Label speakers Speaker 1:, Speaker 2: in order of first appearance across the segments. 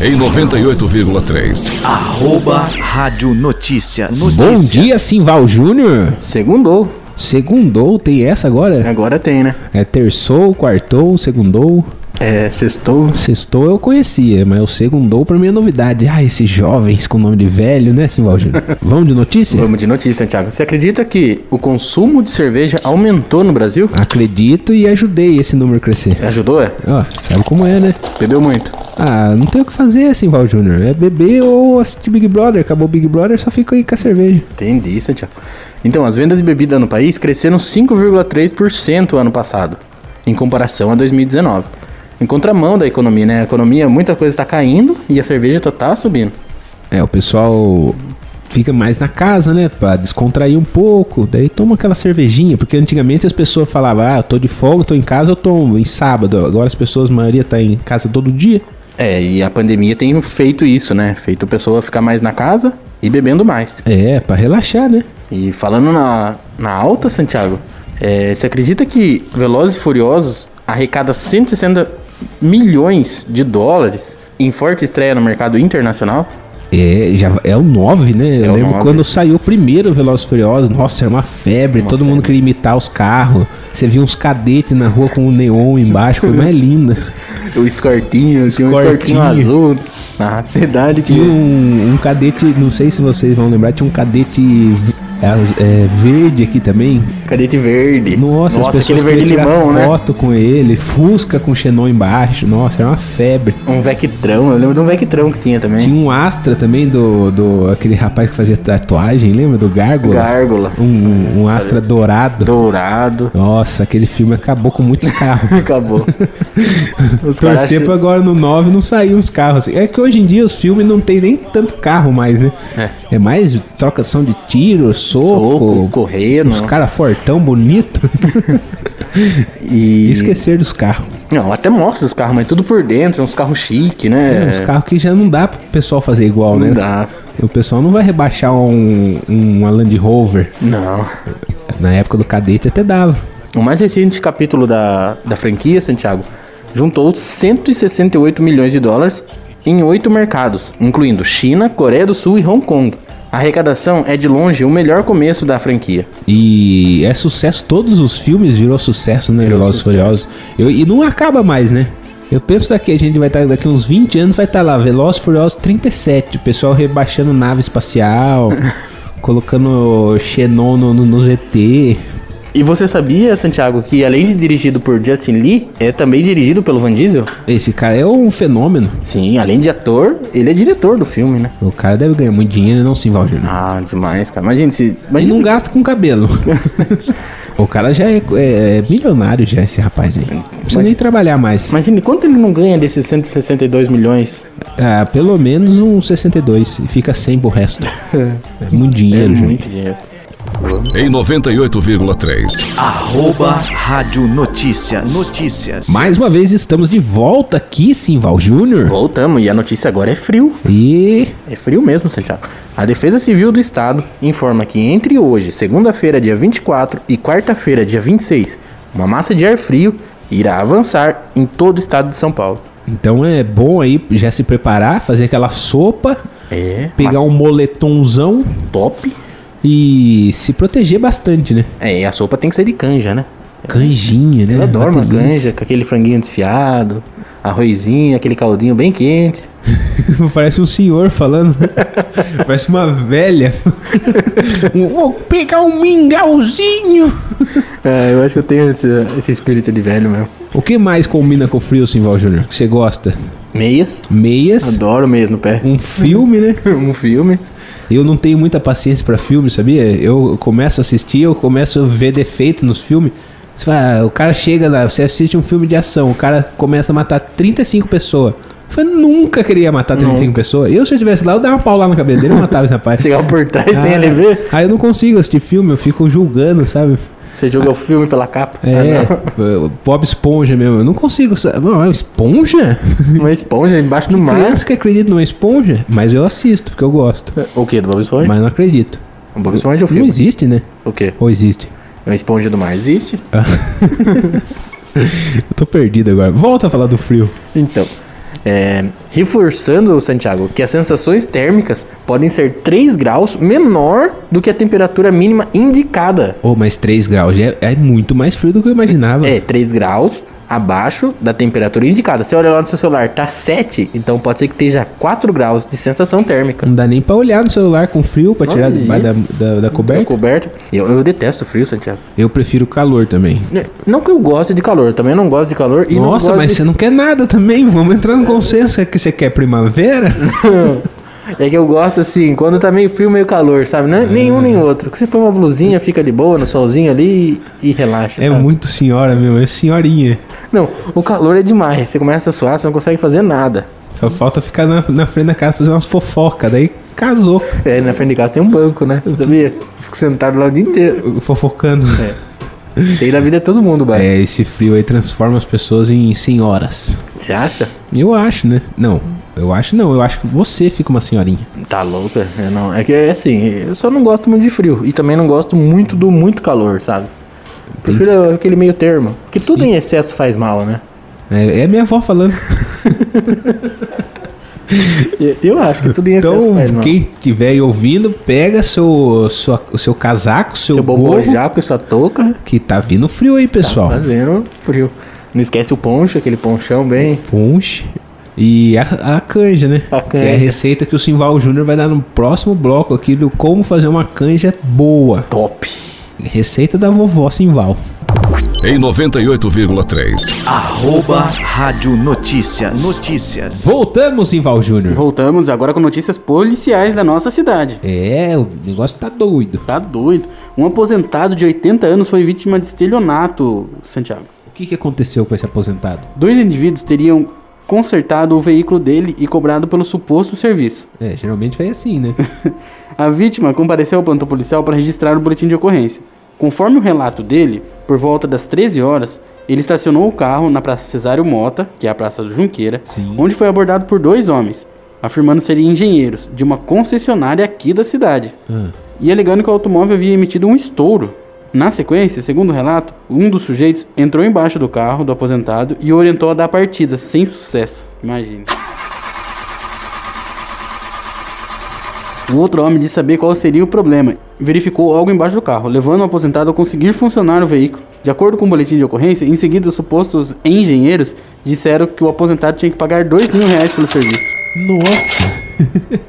Speaker 1: em 98,3.
Speaker 2: Arroba Rádio Notícias.
Speaker 3: Bom dia, Simval Júnior.
Speaker 4: Segundou.
Speaker 3: Segundou, tem essa agora?
Speaker 4: Agora tem, né?
Speaker 3: É terçou, quartou, segundou.
Speaker 4: É, sextou.
Speaker 3: Sextou eu conhecia, mas o segundou pra mim é novidade. Ah, esses jovens com nome de velho, né, Simval Júnior? Vamos de notícia?
Speaker 4: Vamos de notícia, Thiago. Você acredita que o consumo de cerveja aumentou no Brasil?
Speaker 3: Acredito e ajudei esse número a crescer.
Speaker 4: Ajudou, é?
Speaker 3: Ó, sabe como é, né?
Speaker 4: Bebeu muito.
Speaker 3: Ah, não tem o que fazer, Simval Júnior. É beber ou assistir Big Brother. Acabou o Big Brother, só fica aí com a cerveja.
Speaker 4: Entendi, Santiago. Então, as vendas de bebida no país cresceram 5,3% ano passado, em comparação a 2019. Em contramão da economia, né? A economia, muita coisa está caindo e a cerveja tá, tá subindo.
Speaker 3: É, o pessoal fica mais na casa, né? Pra descontrair um pouco. Daí toma aquela cervejinha. Porque antigamente as pessoas falavam, ah, eu tô de folga, tô em casa, eu tomo em sábado. Agora as pessoas, a maioria tá em casa todo dia.
Speaker 4: É, e a pandemia tem feito isso, né? Feito a pessoa ficar mais na casa e bebendo mais.
Speaker 3: É, pra relaxar, né?
Speaker 4: E falando na, na alta, Santiago, é, você acredita que Velozes e Furiosos arrecada 160 milhões de dólares em forte estreia no mercado internacional?
Speaker 3: É, já é o 9, né?
Speaker 4: É
Speaker 3: eu
Speaker 4: o
Speaker 3: lembro
Speaker 4: nove.
Speaker 3: quando saiu o primeiro Velozes e Furiosos, nossa, era uma febre, todo mundo queria imitar os carros. Você via uns cadetes na rua com o neon embaixo, coisa mais linda.
Speaker 4: O escortinho, tinha um
Speaker 3: Escortinho.
Speaker 4: escortinho azul na cidade que...
Speaker 3: Tinha um, um cadete, não sei se vocês vão lembrar, tinha um cadete é, é, verde aqui também.
Speaker 4: um Cadete verde.
Speaker 3: Nossa, as pessoas
Speaker 4: aquele verde
Speaker 3: queriam tirar
Speaker 4: limão, né?
Speaker 3: foto com ele, Fusca com Xenon embaixo, nossa, era uma febre.
Speaker 4: Um Vectrão, eu lembro de um Vectrão que tinha também.
Speaker 3: Tinha um Astra também do, do aquele rapaz que fazia tatuagem, lembra? Do Gárgula?
Speaker 4: Gárgula.
Speaker 3: Um, um Astra dourado.
Speaker 4: Dourado.
Speaker 3: Nossa, aquele filme acabou com muitos carros.
Speaker 4: Acabou. Os caras
Speaker 3: Torcer pra agora no 9 não sair uns carros. assim. É que hoje em dia os filmes não tem nem tanto carro mais, né? É, mais trocação de tiro, soco,
Speaker 4: soco, correndo.
Speaker 3: os caras fortão, bonito.
Speaker 4: E...
Speaker 3: E esquecer dos carros.
Speaker 4: Não, até mostra os carros, mas tudo por dentro. é Uns carros chique, né?
Speaker 3: É, uns carros que já não dá pro pessoal fazer igual, né?
Speaker 4: Não dá.
Speaker 3: O pessoal não vai rebaixar um, uma Land Rover.
Speaker 4: Não.
Speaker 3: Na época do cadete até dava.
Speaker 4: O mais recente capítulo da, da franquia, Santiago, juntou 168 milhões de dólares em oito mercados, incluindo China, Coreia do Sul e Hong Kong. A arrecadação é de longe o melhor começo da franquia.
Speaker 3: E é sucesso, todos os filmes virou sucesso, né? Velozes e Furiosos. Eu- e não acaba mais, né? Eu penso daqui, a gente vai estar daqui uns 20 anos, vai estar lá, Velozes e Furiosos 37, o pessoal rebaixando nave espacial, colocando Xenon no, no, no GT.
Speaker 4: E você sabia, Santiago, que além de dirigido por Justin Lee, é também dirigido pelo Van Diesel?
Speaker 3: Esse cara é um fenômeno.
Speaker 4: Sim, além de ator, ele é diretor do filme, né?
Speaker 3: O cara deve ganhar muito dinheiro, não se envolve. Né?
Speaker 4: Ah, demais, cara. Imagina se.
Speaker 3: E
Speaker 4: Imagina
Speaker 3: não gasta com cabelo. o cara já é, é- é milionário, já, esse rapaz aí. Não precisa nem trabalhar mais.
Speaker 4: Imagine quanto ele não ganha desses 162 milhões.
Speaker 3: Ah, pelo menos uns 62. E fica 100 pro resto. É muito dinheiro, gente.
Speaker 4: Muito dinheiro.
Speaker 1: Em 98,3.
Speaker 2: Arroba Rádio Notícias. Notícias.
Speaker 3: Mais uma vez estamos de volta aqui, Simval Júnior.
Speaker 4: Voltamos, e a notícia agora é frio.
Speaker 3: E.
Speaker 4: É frio mesmo, Santiago. A Defesa Civil do Estado informa que entre hoje, segunda-feira, dia 24, e quarta-feira, dia 26, uma massa de ar frio irá avançar em todo o estado de São Paulo.
Speaker 3: Então é bom aí já se preparar, fazer aquela sopa,
Speaker 4: É,
Speaker 3: pegar um moletomzão
Speaker 4: uma top.
Speaker 3: e se proteger bastante, né?
Speaker 4: É, e a sopa tem que ser de canja, né?
Speaker 3: Canjinha, né?
Speaker 4: Eu adoro uma
Speaker 3: delícia.
Speaker 4: canja, com aquele franguinho desfiado, arrozinho, aquele caldinho bem quente.
Speaker 3: Parece um senhor falando. Parece uma velha. Um, Vou pegar um mingauzinho.
Speaker 4: É, eu acho que eu tenho esse, esse espírito de velho mesmo.
Speaker 3: O que mais combina com o frio, Simval Júnior? Que você gosta?
Speaker 4: Meias,
Speaker 3: Meias,
Speaker 4: adoro meias no pé.
Speaker 3: um filme, né?
Speaker 4: Um filme.
Speaker 3: Eu não tenho muita paciência pra filme, sabia? Eu começo a assistir, eu começo a ver defeito nos filmes. Você fala, ah, o cara chega lá, você assiste um filme de ação, o cara começa a matar 35 pessoas. Eu falei, nunca queria matar 35 pessoas. Eu, se eu estivesse lá, eu dava uma paulada na cabeça dele e matava esse rapaz.
Speaker 4: Chegar por trás, tem LV.
Speaker 3: Aí eu não consigo assistir filme, eu fico julgando, sabe?
Speaker 4: Você joga o filme pela capa.
Speaker 3: É,
Speaker 4: Ah, não.
Speaker 3: Bob Esponja mesmo, eu não consigo. sabe? Não, é uma esponja?
Speaker 4: Uma esponja embaixo do mar.
Speaker 3: Criança que acredita numa esponja, mas eu assisto, porque eu gosto.
Speaker 4: O que? Do Bob Esponja?
Speaker 3: Mas não acredito.
Speaker 4: O Bob Esponja é
Speaker 3: Não
Speaker 4: o filme.
Speaker 3: existe, né?
Speaker 4: O quê?
Speaker 3: Ou existe?
Speaker 4: Uma esponja do mar existe?
Speaker 3: Eu tô perdido agora. Volta a falar do frio.
Speaker 4: Então. É, reforçando, Santiago, que as sensações térmicas podem ser 3 graus menor do que a temperatura mínima indicada.
Speaker 3: Ô, mas 3 graus é, é muito mais frio do que eu imaginava.
Speaker 4: É, 3 graus abaixo da temperatura indicada. Você olha lá no seu celular, tá 7, então pode ser que esteja 4 graus de sensação térmica.
Speaker 3: Não dá nem pra olhar no celular com frio pra tirar
Speaker 4: Olha
Speaker 3: da, da,
Speaker 4: isso.
Speaker 3: da- da
Speaker 4: Tá
Speaker 3: coberta.
Speaker 4: coberto. Eu, eu detesto frio, Santiago.
Speaker 3: Eu prefiro calor também.
Speaker 4: Né, Não que eu goste de calor, eu também não gosto de calor. E
Speaker 3: Nossa,
Speaker 4: não gosto
Speaker 3: mas
Speaker 4: de...
Speaker 3: você não quer nada também. Vamos entrar no consenso. É que você quer primavera?
Speaker 4: É que eu gosto assim, quando tá meio frio, meio calor, sabe? Não, é Nenhum nem outro. Que Você põe uma blusinha, fica de boa no solzinho ali e, e relaxa.
Speaker 3: É
Speaker 4: sabe?
Speaker 3: muito senhora, meu. É senhorinha.
Speaker 4: Não, o calor é demais. Você começa a suar, você não consegue fazer nada.
Speaker 3: Só falta ficar na, na frente da casa fazer umas fofocas. Daí casou.
Speaker 4: É, na frente de casa tem um banco, né? Você sabia? Eu Fico sentado lá o dia inteiro.
Speaker 3: Fofocando.
Speaker 4: Isso aí da vida é todo mundo, vai.
Speaker 3: É, esse frio aí transforma as pessoas em senhoras.
Speaker 4: Você acha?
Speaker 3: Eu acho, né? Não, eu acho não. Eu acho que você fica uma senhorinha.
Speaker 4: Tá louca? É, não. É que é assim, eu só não gosto muito de frio. E também não gosto muito do muito calor, sabe? Prefiro aquele meio termo. Porque tudo em excesso faz mal, né?
Speaker 3: É, é minha avó falando.
Speaker 4: E- Eu acho que tudo em excesso
Speaker 3: Então,
Speaker 4: faz mal.
Speaker 3: quem estiver aí ouvindo, pega seu, sua, o seu casaco, seu,
Speaker 4: Seu
Speaker 3: gorro,
Speaker 4: bobojaco e sua touca,
Speaker 3: que tá vindo frio aí, pessoal.
Speaker 4: Tá, fazendo frio. Não esquece o poncho, aquele ponchão bem.
Speaker 3: Punch. E a, a canja, né?
Speaker 4: A
Speaker 3: Que é a
Speaker 4: canja.
Speaker 3: receita que o Simval Júnior vai dar no próximo bloco aqui do como fazer uma canja boa.
Speaker 4: Top.
Speaker 3: Receita da vovó Simval.
Speaker 1: Em 98,3.
Speaker 2: Arroba Rádio Notícias. um. Notícias.
Speaker 3: Voltamos, Simval Júnior.
Speaker 5: Voltamos agora com notícias policiais da nossa cidade.
Speaker 3: É, o negócio tá doido.
Speaker 5: Tá doido. Um aposentado de 80 anos foi vítima de estelionato, Santiago.
Speaker 3: O que, que aconteceu com esse aposentado?
Speaker 5: Dois indivíduos teriam consertado o veículo dele e cobrado pelo suposto serviço.
Speaker 3: É, geralmente vai assim, né?
Speaker 5: A vítima compareceu ao plantão policial para registrar o boletim de ocorrência. Conforme o relato dele, por volta das 13 horas, ele estacionou o carro na Praça Cesário Mota, que é a Praça do Junqueira,
Speaker 3: Sim.
Speaker 5: onde foi abordado por dois homens, afirmando serem engenheiros de uma concessionária aqui da cidade. E alegando que o automóvel havia emitido um estouro. Na sequência, segundo o relato, um dos sujeitos entrou embaixo do carro do aposentado e o orientou a dar partida, sem sucesso. Imagina. O Um outro homem disse saber qual seria o problema. Verificou algo embaixo do carro, levando o aposentado a conseguir funcionar o veículo. De acordo com o boletim de ocorrência, em seguida os supostos engenheiros disseram que o aposentado tinha que pagar dois mil reais pelo serviço.
Speaker 3: Nossa!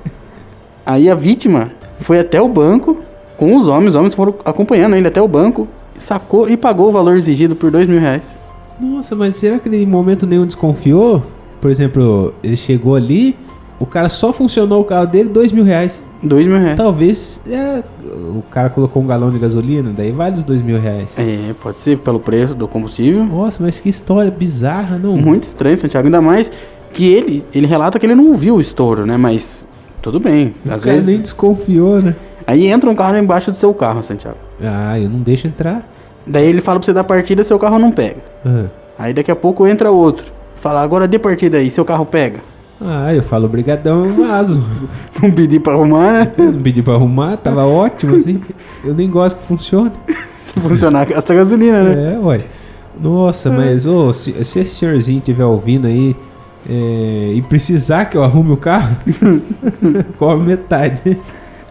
Speaker 5: Aí a vítima foi até o banco com os homens, os homens foram acompanhando ele até o banco, sacou e pagou o valor exigido por dois mil reais.
Speaker 3: Nossa, mas será que em momento nenhum desconfiou? Por exemplo, ele chegou ali, o cara só funcionou o carro dele, dois mil reais.
Speaker 5: Dois mil reais.
Speaker 3: Talvez é, o cara colocou um galão de gasolina, daí vale os dois mil reais.
Speaker 5: É, pode ser pelo preço do combustível.
Speaker 3: Nossa, mas que história bizarra, não?
Speaker 5: Muito estranho, Santiago. Ainda mais que ele, ele relata que ele não ouviu o estouro, né? Mas tudo bem.
Speaker 3: O
Speaker 5: Às
Speaker 3: cara
Speaker 5: vezes.
Speaker 3: nem desconfiou, né?
Speaker 5: Aí entra um carro embaixo do seu carro, Santiago.
Speaker 3: Ah, eu não deixo entrar.
Speaker 5: Daí ele fala pra você dar partida, seu carro não pega.
Speaker 3: Ah,
Speaker 5: Aí daqui a pouco entra outro. Fala, agora dê partida aí, seu carro pega.
Speaker 3: Ah, eu falo brigadão, eu vaso.
Speaker 5: Não pedi pra arrumar, né?
Speaker 3: Eu Pedi pra arrumar, tava ótimo, assim. Eu nem gosto que funcione.
Speaker 5: Se funcionar, gasta gasolina, né?
Speaker 3: É, olha. Nossa,
Speaker 5: É.
Speaker 3: mas ô, se, se esse senhorzinho estiver ouvindo aí é, e precisar que eu arrume o carro, come metade.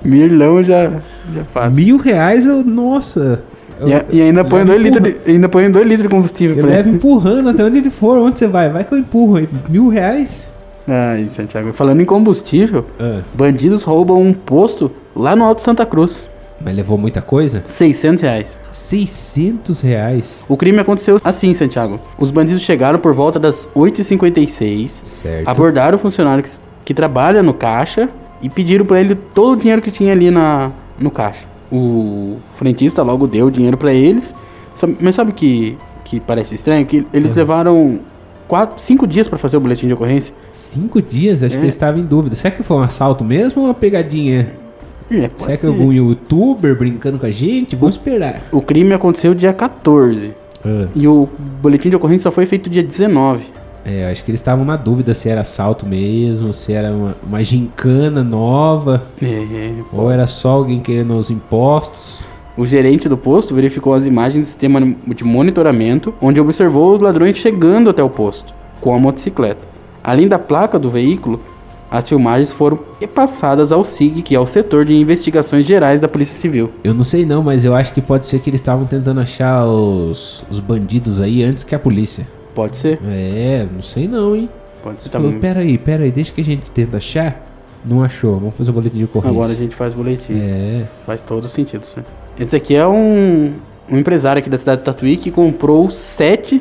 Speaker 5: Mirlão já, já faz.
Speaker 3: Mil reais, eu, nossa.
Speaker 5: E, a- e ainda põe dois litros de, ainda põe dois litros de combustível
Speaker 3: Eu
Speaker 5: pra
Speaker 3: levo
Speaker 5: ele.
Speaker 3: empurrando até onde ele for. Onde você vai? Vai que eu empurro. aí. Mil reais?
Speaker 5: Ai, Santiago, falando em combustível,
Speaker 3: Ah,
Speaker 5: bandidos roubam um posto lá no Alto Santa Cruz.
Speaker 3: mas levou muita coisa?
Speaker 5: 600 reais.
Speaker 3: 600 reais.
Speaker 5: O crime aconteceu assim, Santiago. Os bandidos chegaram por volta das 8h56
Speaker 3: Certo.
Speaker 5: abordaram o funcionário que, que trabalha no caixa e pediram pra ele todo o dinheiro que tinha ali na, no caixa. O frentista logo deu o dinheiro pra eles. Sabe- mas sabe que que parece estranho que
Speaker 3: Uhum.
Speaker 5: eles levaram quatro, cinco dias pra fazer o boletim de ocorrência.
Speaker 3: Cinco dias? Acho
Speaker 5: É.
Speaker 3: que ele estava em dúvida. Será que foi um assalto mesmo ou uma pegadinha?
Speaker 5: É, pode
Speaker 3: Será que
Speaker 5: ser.
Speaker 3: algum youtuber brincando com a gente? Vamos esperar.
Speaker 5: O crime aconteceu dia 14
Speaker 3: Ah,
Speaker 5: e o boletim de ocorrência só foi feito dia 19.
Speaker 3: é, acho que eles estavam na dúvida se era assalto mesmo, se era uma, uma gincana nova,
Speaker 5: É,
Speaker 3: ou era só alguém querendo os impostos.
Speaker 5: O gerente do posto verificou as imagens do sistema de monitoramento, onde observou os ladrões chegando até o posto com a motocicleta. Além da placa do veículo, as filmagens foram repassadas ao SIG, que é o setor de investigações gerais da Polícia Civil.
Speaker 3: Eu não sei não, mas eu acho que pode ser que eles estavam tentando achar os, os bandidos aí antes que a polícia.
Speaker 5: Pode ser,
Speaker 3: É, não sei não, hein?
Speaker 5: pode ser
Speaker 3: Você falou,
Speaker 5: também.
Speaker 3: pera aí, pera aí, deixa que a gente tenta achar. Não achou, vamos fazer o boletim de ocorrência.
Speaker 5: Agora a gente faz boletim.
Speaker 3: É,
Speaker 5: Faz todo sentido, sim. Esse aqui é um, um empresário aqui da cidade de Tatuí que comprou sete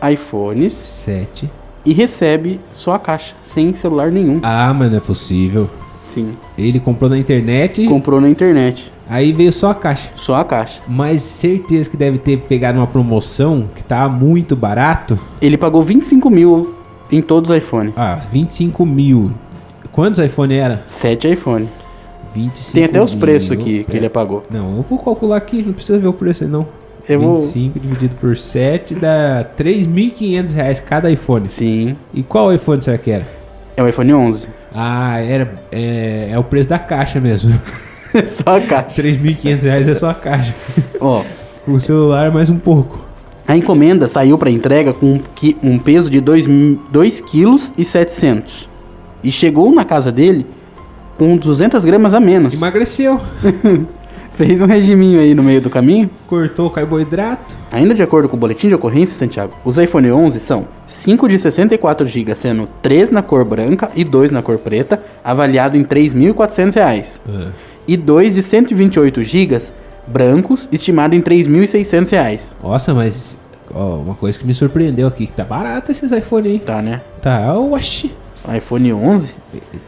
Speaker 5: iPhones
Speaker 3: sete.
Speaker 5: e recebe só a caixa, sem celular nenhum.
Speaker 3: Ah, mas não é possível.
Speaker 5: Sim.
Speaker 3: Ele comprou na internet,
Speaker 5: Comprou na internet,
Speaker 3: aí veio só a caixa.
Speaker 5: só a caixa.
Speaker 3: Mas certeza que deve ter pegado uma promoção que tá muito barato.
Speaker 5: Ele pagou 25 mil em todos os iPhones.
Speaker 3: Ah, 25 mil. Quantos iPhone era?
Speaker 5: Sete iPhone.
Speaker 3: 25
Speaker 5: Tem até os
Speaker 3: mil.
Speaker 5: preços aqui que
Speaker 3: É.
Speaker 5: ele pagou.
Speaker 3: Não, eu vou calcular aqui, não precisa ver o preço aí não.
Speaker 5: Eu vou.
Speaker 3: 25 dividido por 7 dá 3.500 reais cada iPhone.
Speaker 5: Sim.
Speaker 3: E qual iPhone será que era?
Speaker 5: É o iPhone 11.
Speaker 3: Ah, era, é, é o preço da caixa mesmo.
Speaker 5: só a caixa.
Speaker 3: 3.500 reais é só a caixa.
Speaker 5: Ó,
Speaker 3: O celular é mais um pouco.
Speaker 5: a encomenda saiu para entrega com um qui- um peso de 2 quilos e 700. E chegou na casa dele com 200 gramas a menos.
Speaker 3: Emagreceu,
Speaker 5: Fez um regiminho aí no meio do caminho.
Speaker 3: cortou o carboidrato.
Speaker 5: Ainda de acordo com o boletim de ocorrência, Santiago, os iPhone 11 são 5 de 64 GB, sendo 3 na cor branca e 2 na cor preta, avaliado em R$ 3.400, reais. e 2 de 128 GB brancos, estimado em R$ 3.600, reais.
Speaker 3: Nossa, mas ó, uma coisa que me surpreendeu aqui, que tá barato esses iPhone aí.
Speaker 5: Tá, né?
Speaker 3: Tá, oxi.
Speaker 5: iPhone 11,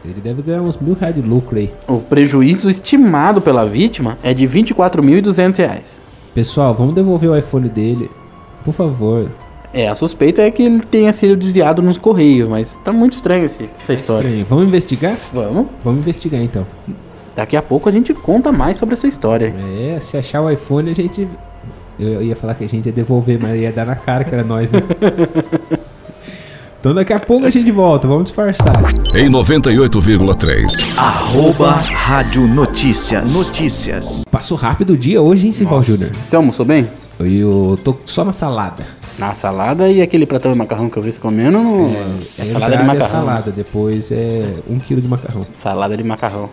Speaker 3: Ele deve ganhar uns mil reais de lucro aí.
Speaker 5: o prejuízo estimado pela vítima é de R$ 24.200. reais.
Speaker 3: Pessoal, vamos devolver o iPhone dele. Por favor.
Speaker 5: É, a suspeita é que ele tenha sido desviado nos correios, mas tá muito estranho esse- essa história.
Speaker 3: Estranho. Vamos investigar?
Speaker 5: Vamos.
Speaker 3: Vamos investigar então.
Speaker 5: Daqui a pouco a gente conta mais sobre essa história.
Speaker 3: É, se achar o iPhone, a gente. Eu eu ia falar que a gente ia devolver, mas ia dar na cara que era nós, né? então daqui a pouco a gente volta, vamos disfarçar.
Speaker 1: Em 98,3.
Speaker 2: Arroba Rádio Notícias. Notícias.
Speaker 3: Passou rápido o dia hoje, hein, Simval Júnior?
Speaker 5: Você almoçou bem?
Speaker 3: Eu tô só na salada.
Speaker 5: Na salada e aquele pratão de macarrão que eu vi você comendo. No... É, salada de
Speaker 3: Entrada é
Speaker 5: macarrão.
Speaker 3: salada, depois é um quilo de macarrão.
Speaker 5: Salada de macarrão.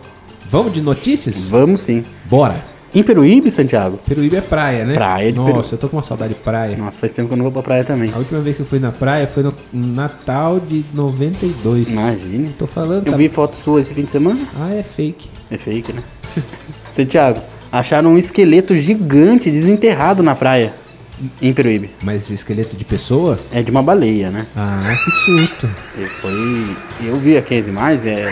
Speaker 3: Vamos de notícias?
Speaker 5: Vamos sim.
Speaker 3: Bora!
Speaker 5: Em Peruíbe, Santiago.
Speaker 3: Peruíbe é praia, né?
Speaker 5: Praia de
Speaker 3: Nossa,
Speaker 5: Peruíbe.
Speaker 3: eu tô com uma saudade de praia.
Speaker 5: Nossa, faz tempo que eu não vou pra praia também.
Speaker 3: A última vez que eu fui na praia foi no Natal de 92.
Speaker 5: Imagine.
Speaker 3: Tô falando,
Speaker 5: Eu
Speaker 3: tá-
Speaker 5: vi foto sua esse fim de semana.
Speaker 3: Ah, é fake.
Speaker 5: É fake, né? Santiago, acharam um esqueleto gigante desenterrado na praia. Em Peruíbe.
Speaker 3: Mas esqueleto de pessoa?
Speaker 5: É de uma baleia, né?
Speaker 3: Ah, que susto.
Speaker 5: E Foi. Eu vi aqui as imagens, é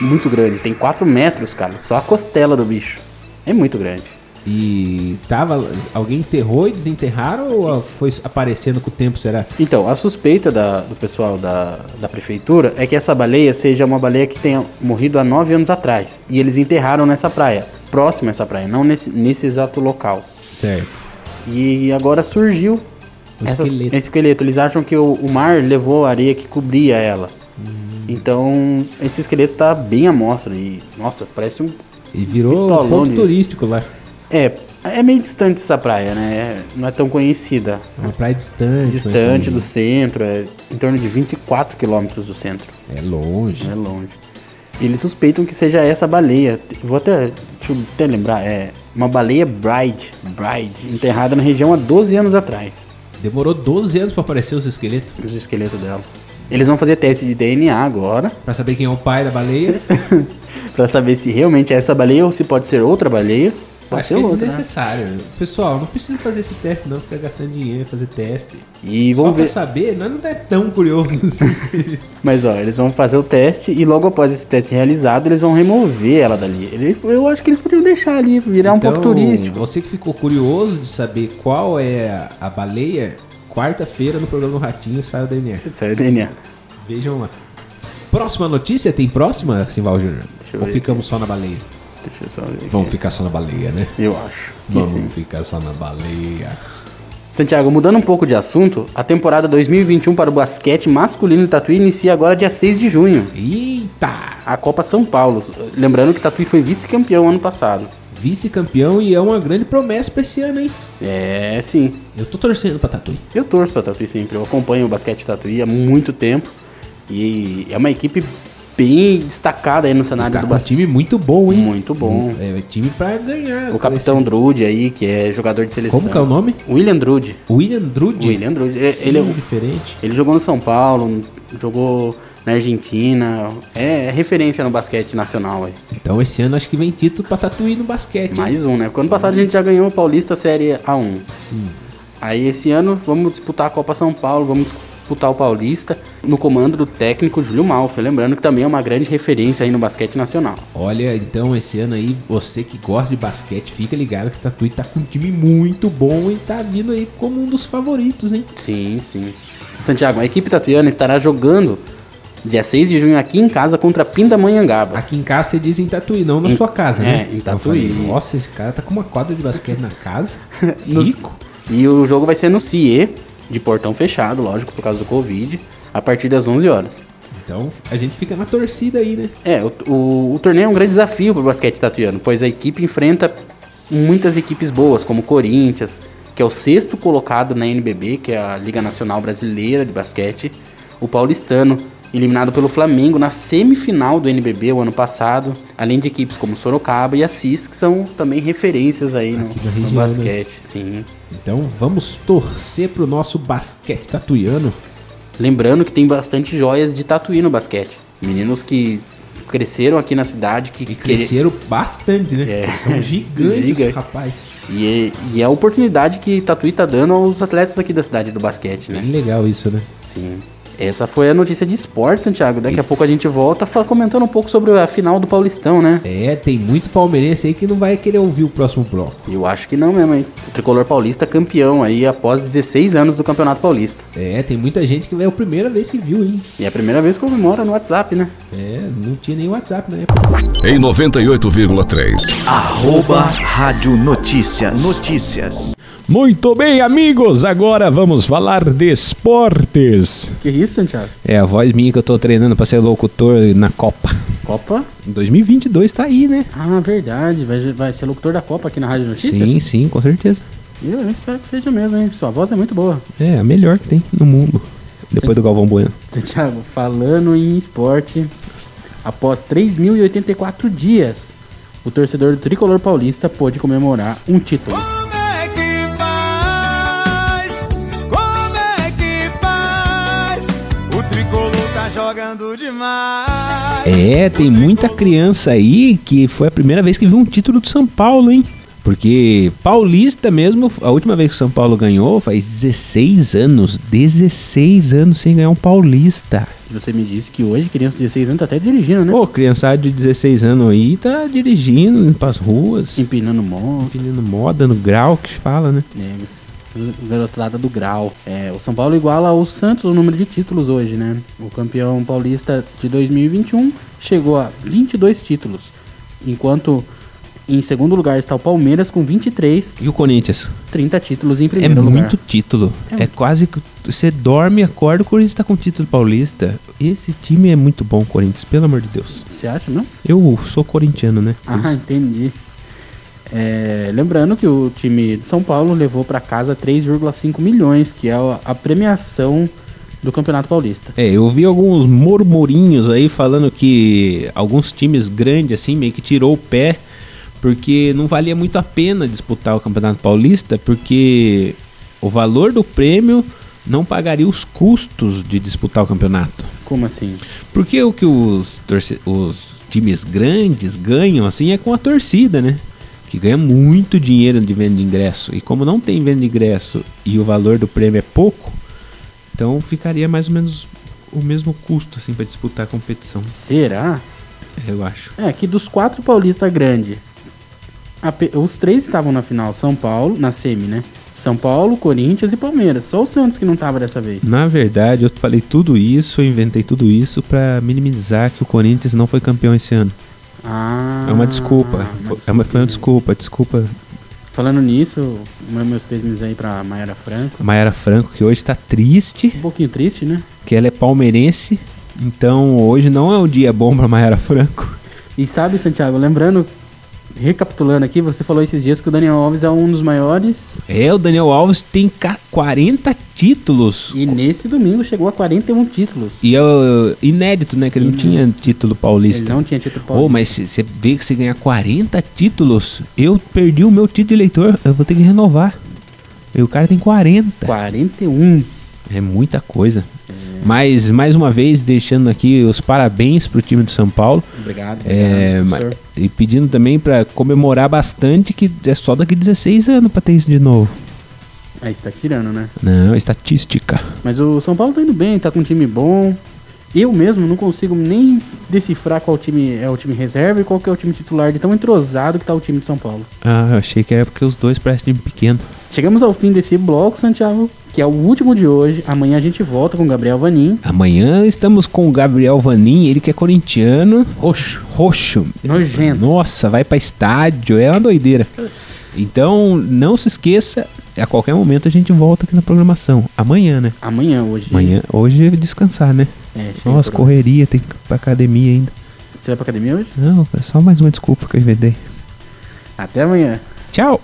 Speaker 5: muito grande. Tem 4 metros, cara. Só a costela do bicho. É muito grande.
Speaker 3: E tava. Alguém enterrou e desenterraram ou ah, foi aparecendo com o tempo, será?
Speaker 5: Então, a suspeita da- do pessoal da, da prefeitura é que essa baleia seja uma baleia que tenha morrido há nove anos atrás. E eles enterraram nessa praia, próximo a essa praia, não nesse, nesse exato local.
Speaker 3: Certo.
Speaker 5: E agora surgiu
Speaker 3: O
Speaker 5: essas-
Speaker 3: esqueleto.
Speaker 5: esse esqueleto. Eles acham que o, o mar levou a areia que cobria ela. Então, esse esqueleto tá bem à mostra. E, nossa, parece um.
Speaker 3: E virou
Speaker 5: Pitolone.
Speaker 3: um ponto turístico lá.
Speaker 5: É, é meio distante essa praia, né? É- Não é tão conhecida.
Speaker 3: Uma praia distante.
Speaker 5: Distante do
Speaker 3: longe.
Speaker 5: centro, é em torno de 24 quilômetros do centro.
Speaker 3: É longe.
Speaker 5: É longe. Eles suspeitam que seja essa baleia. Vou até, deixa eu até lembrar. É uma baleia bride, bride, enterrada na região há 12 anos atrás.
Speaker 3: Demorou 12 anos pra aparecer os esqueletos.
Speaker 5: Os esqueletos dela. Eles vão fazer teste de DNA agora
Speaker 3: Pra saber quem é o pai da baleia.
Speaker 5: Pra saber se realmente é essa baleia ou se pode ser outra baleia. Pode
Speaker 3: Acho
Speaker 5: ser
Speaker 3: que é
Speaker 5: outra. né?
Speaker 3: desnecessário. Pessoal, não precisa fazer esse teste, não. Ficar gastando dinheiro em fazer teste.
Speaker 5: E
Speaker 3: Só
Speaker 5: vão ver.
Speaker 3: pra saber, nós não é tão curioso assim.
Speaker 5: Mas ó, eles vão fazer o teste e logo após esse teste realizado, eles vão remover ela dali. Eles- eu acho que eles podiam deixar ali, virar um pouco
Speaker 3: Então,
Speaker 5: turístico.
Speaker 3: Você que ficou curioso de saber qual é a- a baleia, quarta-feira no programa do Ratinho sai o DNA.
Speaker 5: Isso é DNA.
Speaker 3: Vejam lá. Próxima notícia, tem próxima, Simval Júnior?
Speaker 5: eu
Speaker 3: Ou
Speaker 5: ver
Speaker 3: ficamos só na baleia?
Speaker 5: Deixa eu só ver. aqui.
Speaker 3: Vamos ficar só na baleia, né?
Speaker 5: Eu acho. que
Speaker 3: Vamos
Speaker 5: sim.
Speaker 3: ficar só na baleia.
Speaker 5: Santiago, mudando um pouco de assunto, a temporada 2021 para o basquete masculino de Tatuí inicia agora dia 6 de junho.
Speaker 3: Eita!
Speaker 5: A Copa São Paulo. Lembrando que Tatuí foi vice-campeão ano passado.
Speaker 3: Vice-campeão e é uma grande promessa pra esse ano, hein?
Speaker 5: É, sim.
Speaker 3: Eu tô torcendo pra Tatuí. Tá
Speaker 5: Eu torço para Tatuí sempre. Eu acompanho o basquete de Tatuí há muito tempo. E é uma equipe bem destacada aí no cenário
Speaker 3: Tá
Speaker 5: do
Speaker 3: com um
Speaker 5: basquete.
Speaker 3: time muito bom, hein?
Speaker 5: Muito bom.
Speaker 3: É, time pra ganhar.
Speaker 5: O capitão Drude aí, que é jogador de seleção.
Speaker 3: Como que é o nome?
Speaker 5: William Drude.
Speaker 3: William Drude.
Speaker 5: William Drude. É- Ele, é
Speaker 3: Hum,
Speaker 5: o-
Speaker 3: diferente.
Speaker 5: ele jogou no São Paulo, jogou na Argentina. É, é referência no basquete nacional aí.
Speaker 3: Então esse ano acho que vem título pra Tatuí no basquete. hein?
Speaker 5: Mais um, né? Porque ano passado a gente já ganhou o Paulista Série A1.
Speaker 3: Sim.
Speaker 5: Aí esse ano vamos disputar a Copa São Paulo, vamos disputar o Paulista no comando do técnico Júlio Malfa. Lembrando que também é uma grande referência aí no basquete nacional.
Speaker 3: Olha, então esse ano aí, você que gosta de basquete, fica ligado que Tatuí tá com um time muito bom e tá vindo aí como um dos favoritos, hein?
Speaker 5: Sim, sim. Santiago, a equipe tatuiana estará jogando dia 6 de junho aqui em casa contra Pindamonhangaba.
Speaker 3: Aqui em casa você diz em Tatuí, não na
Speaker 5: Em-
Speaker 3: sua casa, né?
Speaker 5: é, em
Speaker 3: Eu
Speaker 5: Tatuí.
Speaker 3: falei, Nossa, esse cara tá com uma quadra de basquete na casa.
Speaker 5: Nos-
Speaker 3: Rico.
Speaker 5: E o jogo vai ser no CIE, de portão fechado, lógico, por causa do Covid, a partir das 11 horas.
Speaker 3: Então a gente fica na torcida aí, né?
Speaker 5: É, o, o- o torneio é um grande desafio para o basquete tatuiano, pois a equipe enfrenta muitas equipes boas, como o Corinthians, que é o sexto colocado na NBB, que é a Liga Nacional Brasileira de Basquete, o Paulistano, eliminado pelo Flamengo na semifinal do NBB o ano passado, além de equipes como Sorocaba e Assis, que são também referências aí no,
Speaker 3: da
Speaker 5: no
Speaker 3: região, né?
Speaker 5: basquete, sim.
Speaker 3: Então vamos torcer pro nosso basquete tatuiano.
Speaker 5: Lembrando que tem bastante joias de tatuí no basquete. Meninos que cresceram aqui na cidade, que,
Speaker 3: E
Speaker 5: que
Speaker 3: cresceram bastante, né?
Speaker 5: É.
Speaker 3: São gigantes,
Speaker 5: Gigante.
Speaker 3: rapaz.
Speaker 5: E, é- e é a oportunidade que Tatuí tá dando aos atletas aqui da cidade do basquete, né?
Speaker 3: Bem legal isso, né?
Speaker 5: Sim. Essa foi a notícia de esporte, Santiago. Daqui a pouco a gente volta fa- comentando um pouco sobre a final do Paulistão, né?
Speaker 3: É, tem muito palmeirense aí que não vai querer ouvir o próximo bloco.
Speaker 5: Eu acho que não mesmo, hein? O tricolor paulista campeão aí após 16 anos do Campeonato Paulista.
Speaker 3: É, tem muita gente que é a primeira vez que viu, hein?
Speaker 5: E é a primeira vez que comemora no WhatsApp, né?
Speaker 3: É, não tinha nem WhatsApp na época.
Speaker 1: Em 98,3.
Speaker 2: Arroba Rádio Notícias. Notícias.
Speaker 6: Muito bem, amigos, agora vamos falar de esportes.
Speaker 5: Que isso, Santiago?
Speaker 3: É a voz minha que eu tô treinando pra ser locutor na Copa.
Speaker 5: Copa?
Speaker 3: Em 2022 tá aí, né?
Speaker 5: Ah, verdade. Vai, vai ser locutor da Copa aqui na Rádio Notícias?
Speaker 3: Sim, sim, com certeza.
Speaker 5: Eu, eu espero que seja mesmo, hein? Sua voz é muito boa.
Speaker 3: É, a melhor que tem no mundo. Depois do Galvão Bueno.
Speaker 5: Santiago, falando em esporte, após 3.084 dias, o torcedor do tricolor paulista pôde comemorar um título.
Speaker 3: É, tem muita criança aí que foi a primeira vez que viu um título do São Paulo, hein? Porque paulista mesmo, a última vez que o São Paulo ganhou faz 16 anos. 16 anos sem ganhar um paulista.
Speaker 5: Você me disse que hoje criança de 16 anos tá até dirigindo, né?
Speaker 3: Pô, criançada de 16 anos aí tá dirigindo, indo pras ruas,
Speaker 5: Empinando um monte,
Speaker 3: pedindo moda no grau que fala, né?
Speaker 5: né? Garotada do grau. É, o São Paulo iguala o Santos no número de títulos hoje, né? O campeão paulista de 2021 chegou a 22 títulos, enquanto em segundo lugar está o Palmeiras com 23,
Speaker 3: E o Corinthians?
Speaker 5: 30 títulos em
Speaker 3: É
Speaker 5: primeiro lugar.
Speaker 3: muito título. É quase que você dorme, acorda, o Corinthians tá com título paulista. Esse time é muito bom, Corinthians, pelo amor de Deus.
Speaker 5: Você acha, não?
Speaker 3: Eu sou corintiano, né?
Speaker 5: Ah, entendi. É, lembrando que o time de São Paulo levou para casa 3,5 milhões, que é a- a premiação do Campeonato Paulista.
Speaker 3: É, eu vi alguns murmurinhos aí falando que alguns times grandes, assim, meio que tirou o pé, porque não valia muito a pena disputar o Campeonato Paulista, porque o valor do prêmio não pagaria os custos de disputar o campeonato.
Speaker 5: Como assim?
Speaker 3: Porque o que os, torce- os times grandes ganham, assim, é com a torcida, né? Que ganha muito dinheiro de venda de ingresso. E como não tem venda de ingresso e o valor do prêmio é pouco, então ficaria mais ou menos o mesmo custo, assim, pra disputar a competição,
Speaker 5: Será?
Speaker 3: eu acho.
Speaker 5: É que dos quatro paulistas grandes, ape- os três estavam na final, São Paulo, na semi, né? São Paulo, Corinthians e Palmeiras. Só o Santos que não tava dessa vez.
Speaker 3: Na verdade, eu falei tudo isso, eu inventei tudo isso pra minimizar que o Corinthians não foi campeão esse ano.
Speaker 5: Ah.
Speaker 3: é uma desculpa. Foi, é uma, foi uma desculpa, desculpa.
Speaker 5: Falando nisso, meus pêsames aí pra Mayara Franco.
Speaker 3: A Mayara Franco, que hoje tá triste.
Speaker 5: Um pouquinho triste, né?
Speaker 3: que ela é palmeirense, então hoje não é um dia bom pra Mayara Franco.
Speaker 5: E sabe, Santiago, lembrando recapitulando aqui, você falou esses dias que o Daniel Alves é um dos maiores.
Speaker 3: É, o Daniel Alves tem ca- 40 títulos.
Speaker 5: E nesse domingo chegou a 41 títulos.
Speaker 3: E é o- inédito, né? Que ele não tinha título paulista.
Speaker 5: Uhum. Ele não tinha título
Speaker 3: Ô,
Speaker 5: paulista.
Speaker 3: mas se você vê que você ganha 40 títulos, eu perdi o meu título de eleitor, eu vou ter que renovar. E o cara tem 40.
Speaker 5: 41.
Speaker 3: É muita coisa.
Speaker 5: É.
Speaker 3: Mas, mais uma vez, deixando aqui os parabéns pro time do São Paulo.
Speaker 5: Obrigado.
Speaker 3: É,
Speaker 5: obrigado,
Speaker 3: ma-
Speaker 5: senhor.
Speaker 3: e pedindo também pra comemorar bastante que é só daqui 16 anos pra ter isso de novo.
Speaker 5: Aí você tá tirando, né?
Speaker 3: Não, estatística.
Speaker 5: Mas o São Paulo tá indo bem, tá com um time bom. Eu mesmo não consigo nem decifrar qual time é o time reserva e qual que é o time titular de tão entrosado que tá o time de São Paulo.
Speaker 3: Ah, eu achei que era porque os dois parecem time pequeno.
Speaker 5: Chegamos ao fim desse bloco, Santiago, que é o último de hoje. Amanhã a gente volta com o Gabriel Vanin.
Speaker 3: Amanhã estamos com o Gabriel Vanin, ele que é corintiano.
Speaker 5: Roxo.
Speaker 3: Roxo.
Speaker 5: Nojento.
Speaker 3: Nossa, vai pra estádio, é uma doideira. Então, não se esqueça, a qualquer momento a gente volta aqui na programação. Amanhã, né?
Speaker 5: Amanhã, hoje.
Speaker 3: Amanhã, hoje é descansar, né?
Speaker 5: É, chega
Speaker 3: Nossa,
Speaker 5: por lá.
Speaker 3: correria, tem que ir pra academia ainda.
Speaker 5: Você vai pra academia hoje?
Speaker 3: Não, é só mais uma desculpa que eu inventei.
Speaker 5: Até amanhã.
Speaker 3: Tchau!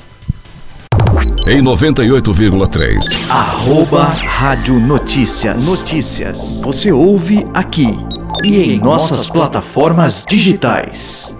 Speaker 1: Em 98,3.
Speaker 2: Arroba Rádio Notícias. Notícias. Você ouve aqui e em nossas plataformas digitais.